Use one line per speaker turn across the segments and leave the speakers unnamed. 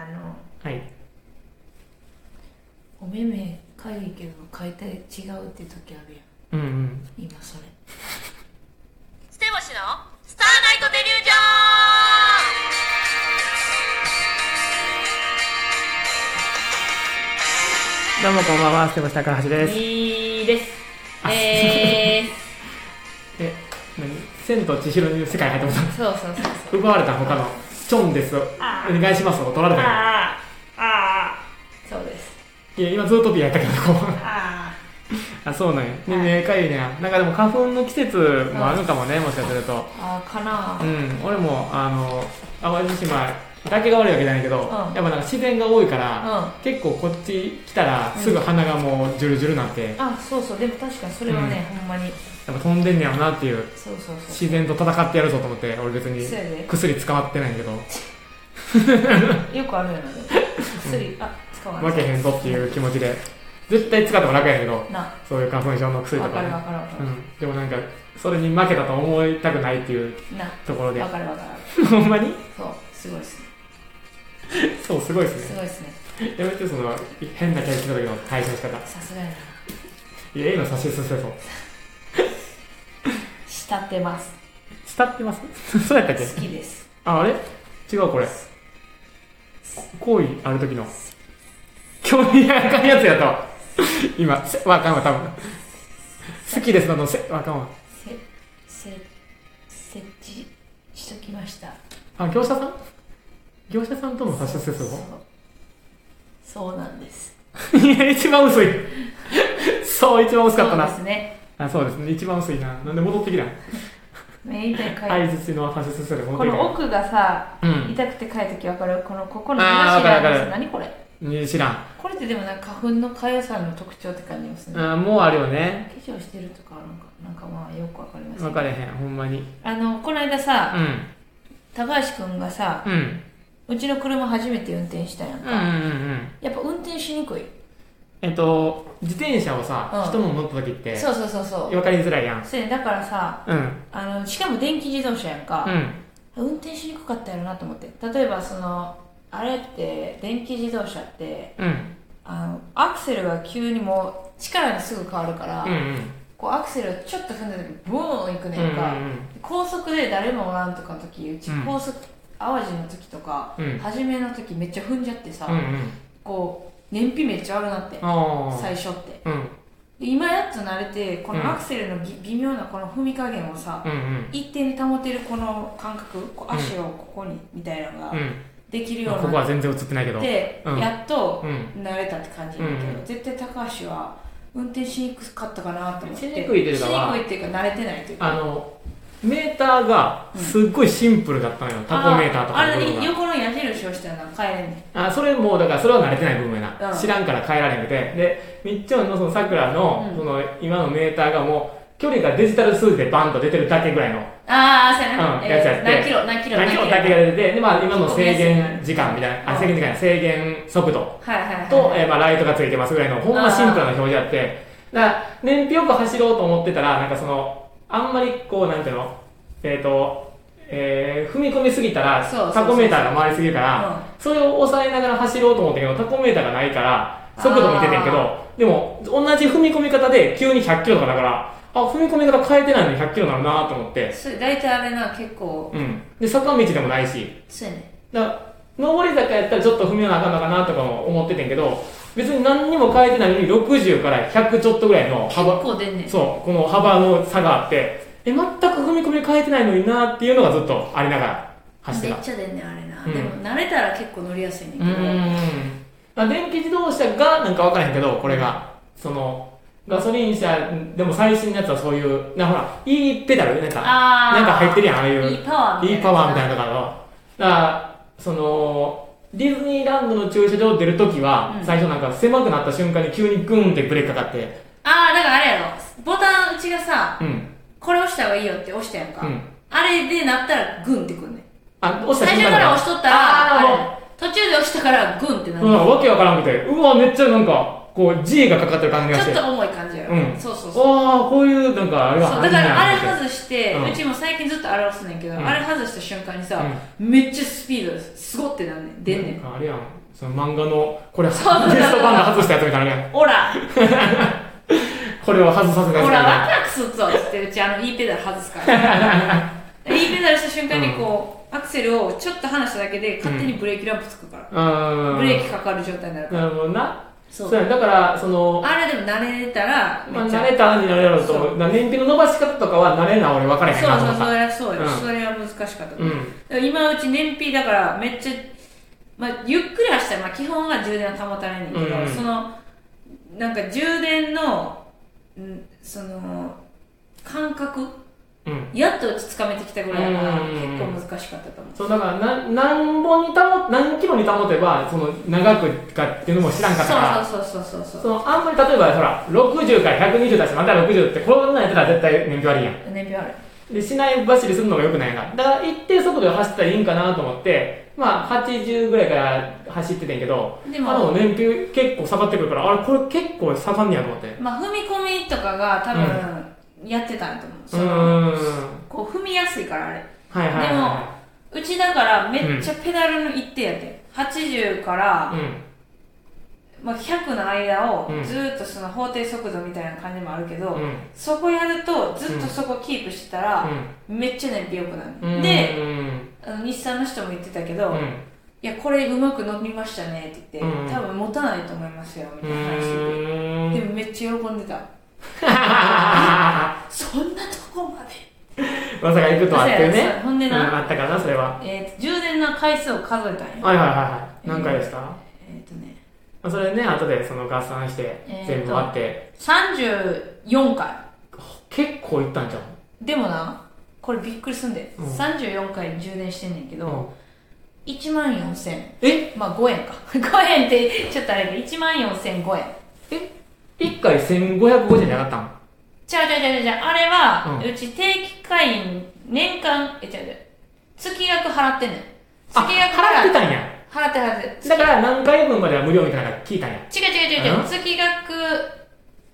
はい
お目目かゆいけど変えたい違うって時ある
う
やん
んうん
今それ
ステボシのスターナイトデリュージョ
どうもこんばんはステボシ高橋です
ンいいです
あ
え
え何千と千尋の世界入っても
ー、そうそうそうそう
奪われた他のチョンですお
あ
願いしますを取られたよ
あああそうです
いや今ズートピアやったけどこう
あ
あそうなんやね
はい
ねかゆいねなんかでも花粉の季節もあるかもねもしかすると
ああかな
う
あ
ん俺もあの淡路島だけが悪いわけじゃないけど、やっぱなんか自然が多いから、
うん
結構こっち来たらすぐ鼻がもうジュルジュルなって、やっ
あそうそうでも確かにそれはね、ほんまに
ぱ飛んでんねやろなっていう
そうそうそう
自然と戦ってやるぞと思って俺別
そうや
に
で
薬使わってないけど
よくあ るやなでも薬、あ使わない
負けへんぞっていう気持ちで絶対使っても楽やけど
な
そういう花粉症の薬
わ
とか
か
ね
るわかるわか
うん、でもなんかそれに負けたと思いたくないっていう
るな
ところで
わかるわかる
ほんまに
そうすごいっすね
そうすごいです
す
ね
ごいっすね
やめてその変なキャラ来た時の対処の仕方
さすがやない
や、いいの差し進せそう。
慕ってます
慕ってます そうやったっけ
好きです
あ、あれ違うこれ。行為ある時の。興味あかんやつやったわ。今、せわかんわ、多分。好きですなの、せ、わかんわ。
せせ設置しときました
あ、業者さん業者さんとの差し進せ
そう
そ
そうなんです
う いや、一番 薄い。そう、一番薄かった
そう
な。
ですね
あ、そうですね、一番薄いな。なんで戻ってきたん
目痛いかゆい
相づちの差し進せで戻っ
こ
てきた
の奥がさ、
うん
痛くてかゆい時わかるこのここの
あー
目頭
わかるわ
の
かる
何これ
うん。知らん。
これってでもなんか花粉のかゆさの特徴って感じますね、
あ、もうあるよね。
化粧してるとかなんかなんかまあよくわかります
わかれへん、ほんまに。
あのこの間さ
う
高橋君がさ
ん。うん。
うちの車初めて運転したやん
う
か、
んうんうんうん。
やっぱ運転しにくい
えっと、自転車をさ、
うん
人も乗った時って、
そうそうそうそう
分かりづらいやん。
そうやねだからさ
うん。
あのしかも電気自動車やん
う
か、
ん。
運転しにくかったやろなと思って例えばそのあれって電気自動車って
うん。
あのアクセルが急にもう力がすぐ変わるから、
うん。
こうアクセルをちょっと踏んだ時ブーン行く
うん。
ね
うん
んか、高速で誰もおらんとかの時うち
うん
高速、淡路の時とか、
うん
初めの時めっちゃ踏んじゃってさ、
うん。うん。
こう燃費めっちゃ悪なって
ああ。
最初って
うん。
で今やっと慣れてこ
うん
のアクセルのぎ微妙なこの踏み加減をさ、
うん。うん。
一定に保てるこの感覚こう足をここにみたいなのが
うん。
できるよ
まあ
う
こ
に
こ
な
は
っ
全然映ってないけど。
て、
うん
やっと
うん。
慣れたって感じだけど、
うん
絶対高橋は運転しにくかったかなと思っ
し
て
にくいというか
しにくいっていうか慣れてないというか
あの、メーターがすっごいシンプルだったのよ。タコメーターと
あ
か
ーあ
の部
れ
分
に
が。
横の矢印をしたら帰れんね
あそれもうだからそれは慣れてない部分やな、
うん
知らんから変えられなくてでみっちょんのそのさくらの,、
うん
その今のメーターがもう距離がデジタル数字でバンと出てるだけぐらいの
ああそうやな、
うんやつやって
何キロ何キロ
何キロだけが出てて、で、まあ、今の制限時間みたいな、
う
あ、
ん
制限時間、制限速度
はいはいはい
と、えーまあ、ライトがついてますぐらいの、ほんまシンプルな表示あって、だから、燃費よく走ろうと思ってたら、なんかその、あんまりこう、なんていうの、えっ、と、えー踏み込みすぎたら
そうそう、そう
タコメーターが回りすぎるから、
う
それを抑えながら走ろうと思ったけど、タコメーターがないから、速度見ててんけど、でも、同じ踏み込み方で急に100キロとかだから、あ、踏み込み方変えてないのに100キロになるなと思って
ん、、そう大体あれな結構
うん。で、坂道でもないし、
そうやね
だから上り坂やったらちょっと踏みなあかんのかなとかも思っててんけど別に何にも変えてないのに60から100ちょっとぐらいの
結
幅
構出んねん
そうこの幅の差があってえ全く踏み込み変えてないのになっていうのがずっとありながら走って
め
た
っちゃ出んねんあれな、
うん
でも慣れたら結構乗りやすいねん
う
けど、
ーんだから電気自動車がなんか分からへんけどこれがそのガソリン車でも最新のやつはそういうなほらいいペダルなんか
あー
なんか入ってるやんああいう
いいパワーみたいない
いパワーみたいなのがあるの。だから、その、ディズニーランドの駐車場出るときは、
うん
最初なんか狭くなった瞬間に急にグーンってブレーキかかって、
ああだからあれやろボタンうちがさ
うん、
これ押した方がいいよって押したやんか、
うん。
あれでなったらグンってくんねん
あ、押した
最
瞬
初
間
から押しとったら
あー
あれ途中で押したからグンってな
う
る、
ん、わけわからんくて、うわ、めっちゃなんか、こう、G がかかってる感じが
ち
し。
ょってと重い感じやろ、
うん
そうそうそう
わあこういう、なんか、あれは
そうだからあれ
ず
外して、
う
うんちも最近ずっとあれ押すねんけど、
うん
あれ外した瞬間にさ、めっちゃスピードすごってなんねん出んねん、
あれやん。その漫画の、これ、ベスト
うそう
バンド外したやつみたいなね。
オラ
これを外させ
オ
たやつ
ラ
みたい
ワ
な。
クワクするぞっつってうちあの E ペダル外すから E ペダルした瞬間にこう、アクセルをちょっと離しただけで勝手にブレーキランプつくから、
うん。
ブレーキかかる状態になるから、
なるほどな。
そ
そううやねだから、その、
あれでも慣れたら
まあ、
めっちゃ、
慣れたになれると思う。な燃費の伸ばし方とかは慣れな俺分からへん
そう
なと思
そう
っ
そ
た。
れはそうよ、
うん
それは難しかった、
うん。
だから今うち燃費だからめっちゃ、まあ、ゆっくり走ったら、まあ、基本は充電は保たれないんだけど、
うんうん
そのなんか充電のんその感覚
うん。
やっとうちつかめてきたぐらいだから
うんうんうん
結構難しかったと思う
そう、だから、な、何本に保、何キロに保てば、その、長くかっていうのも知らんかったから。
そうそうそうそ
そ
うそ
のあんまり例えばほら60から120出してまた60ってこんなんやったら絶対燃費悪いやん
う燃費ある
でしない走りするのが良くないなだから一定速度で走ったらいいんかなと思ってまあ80ぐらいから走っててんけど
で
あ
も
の燃費結構下がってくるからあれこれ結構下がんねやと思って
まあ踏み込みとかが多分やってたんやと思う、
う
そ
ー
の
んはい
こう踏みやすいからあれ
はいはいは
うちだからめっちゃペダルの一定やで、80から、
い
まあ、100の間を
うん
ずーっとその法定速度みたいな感じもあるけど、
うんうん
そこやるとずっとそこキープしてたら、めっちゃ燃費良くな
うん
る、
うん
で
うん
あの日産の人も言ってたけど、
うん
いやこれうまく伸びましたねって言って、
うん
多分持たないと思いますよみ
う
たいな話してて
ーん
でもめっちゃ喜んで たそんなとこまで
まさか行くとはっていう
そうや
ね
そうほんでな
うんあったからなそれは
えーと充電の回数を数えたんよ
はいはいはいはい何回ですか、
えっ、とね
まあそれね、後でその合算して
えー、と
全部割って、
34回
結構いったんじゃん。
でもなこれびっくりすんで、
うん
34回充電してんねんけど、1万4000
え
まあ5円か 5円ってちょっとあれやけど1万4005円
え ?1 回1550円じゃなかったん
ちゃうちゃうちゃうちゃうあれは、
う
うち定期会員年間えちゃうちゃう月額払ってんねん
あ、
月額
払ってたんや。
払って払って
だから何回分までは無料みたいなのが聞いたんや。
違う違う違う違う
うん
月額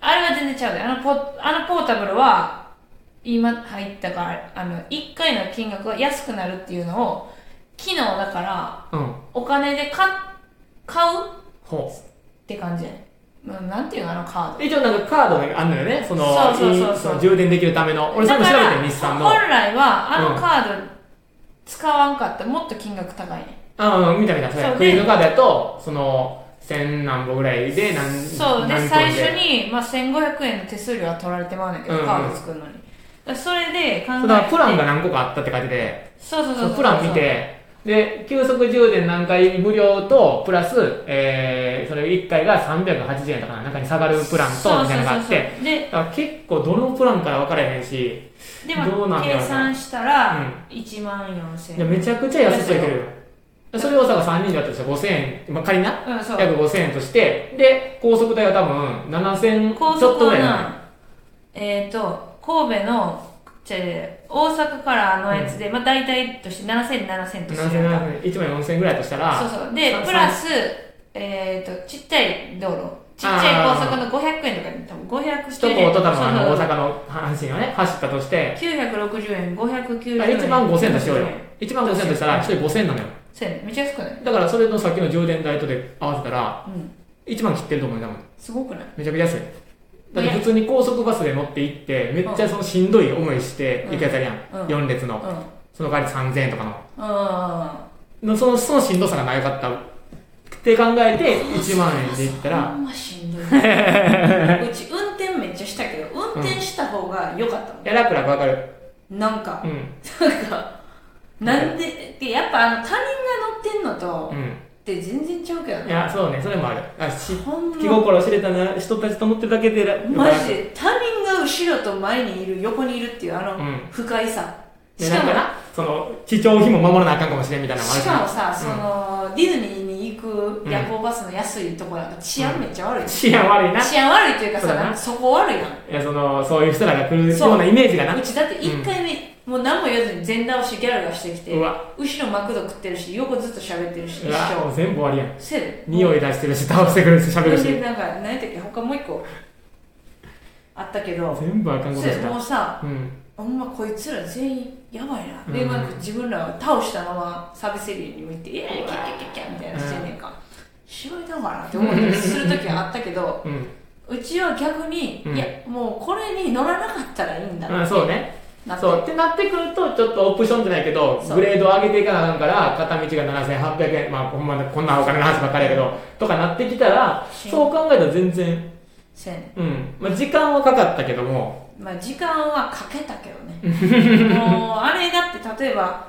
あれは全然ちゃうであのポあのポータブルは今入ったからあの1回の金額が安くなるっていうのを昨日だから
うん。
お金で買買うっ
ほ
て感じやねまあなんていうのあのカー
う。一応なんかカードがあんのよね。その、
そうそうそうそう
いその充電できるための。
ド
俺ちゃんと調べ
だか
てん、
ら
日産の。
本来はあ
う
の
ん
カード使わんかったらもっと金額高いね
あうん、見た見た。それ
そう
クイズのカードやと、その、千何本ぐらいで何、
そうで
何
最初
で
に、まあ、1500円の手数料は取られてまうねんけど、
うんうん
カード作るのにだからそれで考え
そう
て
だからプランが何個かあったって感じで、
そうそうそう
そ
そう
うプラン見て、で、急速充電何回無料と、プラス、えー、それ1回が380円とかな、中に下がるプランと、みたいなのがあっ
そうそう
て、
そうそうで
だから結構どのプランから分かれへんし、
で
どうな
も
んだろう
計
な
算した
う
ら
ん
1万4000
いや
円
めちゃくちゃ安くいけるよ。それをさ、3人だとしたら5000円、まあ、仮な、
うんそう
約5000円として、で、高速代は多分7000
高
ちょっと
速
ぐ
は
らいだね
な、えっ、と、神戸の、じゃ大阪からあのやつで、まあ大体として7000、7000と
7000
してるから。
7000、1万4000円ぐらいだとしたら、
そうそう。で
さ、
プラス、えっ、と、ちっちゃい道路。ちっちゃい高速の500円とかに、多分500
首都高と多分あの
そ
大
うそう
阪の阪神をね、走ったとして、
そう960円、590円。
あれ1万5000円としようよ
590円。
1万5000円としたら、1人5000円なのよ。
そうやね。めっちゃ安くない
だからそれのさっきの充電代とで合わせたら、
うん。
1万切ってると思うよ、多分。
すごくない
めちゃくちゃ安い。だって普通に高速バスで乗って行って、めっちゃそのしんどい思いして行くやつあるやん。
うん
4列
うん。
の。
うん。
その代わり3000円とかの。
あ
のその、そのしんどさがなかった。って考えて、1万円で行った
あ
ら、
んましんどい。うち運転めっちゃしたけど、運転した方が良かったもん
いや、楽楽わかる。
なんか、
うん。
なんか、なんで、でやっぱあの他人が乗ってんのと、
う
って全然ちゃうけど
ん。い
ね。
や、そうね、それもある。あし
ほん
気
ま、
心知れたな人たちと乗ってるだけで楽、
マジで、他人が後ろと前にいる、横にいるっていうあの、
うん
不快さ。
で
し
な
か
ん
も
か、な、その、貴重費も守らなあかんかもしれんみたいなのもある
し
しな
かもさ、
うん
その、ディズニーに行く夜行バスの安いとこなんか治安めっちゃ悪い。
治安悪いな。
治安悪いというかさ、
そうだな
なんかそこ悪いやん。
いや、その、そういう人らが来る
そう
ようなイメージがな
う。ちだって1回目、もう何も言わずに全倒しギャルがしてきて、
うわ、
後ろマクド食ってるし、横ずっと喋ってるし、
う
一
わ、も
生。
う全部悪いやん。
せやで
匂い出してるし、倒してくるし、喋る
で
し。
なんか何やったっけ他もう一個あったけど
全部あかんこ
そ
と
れ
した
も。うさ
うん。
ほんまこいつら全員やばいな、で
うん
まく自分らを倒したままサービスエリアに向いて「イエーイキャッキャッキャッキャッ」みたいなしてんねんか、白いのかなって思ったりする時はあったけど
うん、
うちは逆に、
うん
いやもうこれに乗らなかったらいいんだ
う
なっ
ん、そうね
てなって、
そうってなってくるとちょっとオプションじゃないけど
そう
グレードを上げていかなあかんから片道が7800円まあほんまにこんなお金の話ばっかりやけどとかなってきたらそう考えたら全然
せやね
うん、まあ、時間はかかったけども
まあ時間はかけたけどね もうあれだって例えば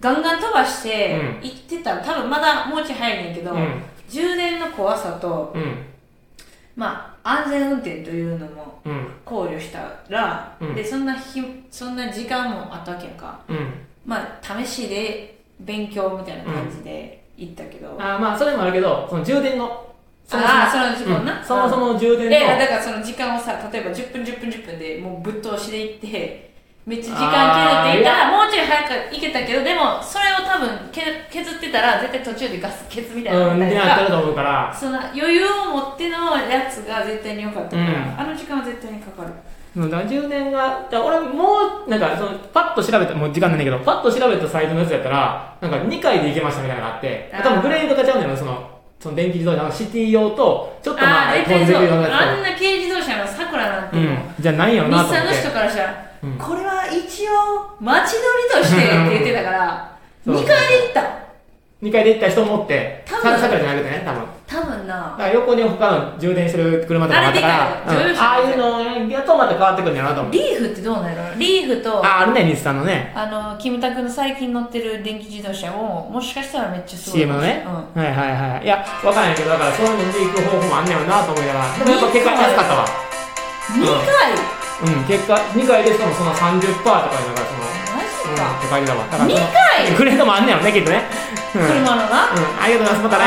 ガンガン飛ばして
う
行ってたら多分まだもうちょい早いねんけ
う
ど、
ん
充電の怖さと
うん
まあ安全運転というのも
うん
考慮したら、
うん
でそんなひそんな時間もあったわけやんか
うん
まあ試しで勉強みたいな感じで行ったけど、あ
あーまあそれもあるけどその充電のそもそも
あーその時間な、
うんそもそもの充電の
いやいやだからその時間をさ例えば10分10分10分でもうぶっ通しで行ってめっちゃ時間削っていたらもうちょい早く行けたけどでもそれを多分け削ってたら絶対途中でガス欠みたいな
う
に
ん、
な
で
るか
なって
ら
ると思うから、
その余裕を持ってのやつが絶対に良かったから、
うん
あの時間は絶対にかかる
うんだから10年が、だから俺もう、なんかその、パッと調べた、もう時間ないんだけど、パッと調べたサイトのやつやったら、なんか2回で行けましたみたいなのがあって、
あー
多分グレードがちゃうんだよな、その、その電気自動車のシティ用と、ちょっとま
あ
あ、
あ絶
飛
対
んで
そう
るようなや
あんな軽自動車のさくらなん
つ
て
と。う、
もうん
じゃあないよ
日
なと思っ
産の人
て。
からしたら、
うん
これは一応街乗りとしてって言ってたから
うん
2
そう
回で行った
2回で行った人もおって、
多
さ
分
さくらじゃなくてね、多分。
多分な
だから横に他の充電してる車とかもあったから、
あれで
う
かい
ん
乗
ああ
用
いう
車
のやとまた変わってくるんやろうなと思う。
リーフってどうなのリーフとあ
あ、あるね、日産のね。
のキムタクの最近乗ってる電気自動車ももしかしたらめっちゃすごい
CM のね、はいはいはいいやわかんないけどだからそういうので行く方法もあんねやろなと思いながらでもやっぱ結果安かったわ
うん、2回、
うん結果2回でしかもその30%とかだからそのうん
マ
って感じだわだからそ
ジか、
の
2回
グレードもあんねやろねきっとねうん、うん、
車のな、
ありがとうございますまた来週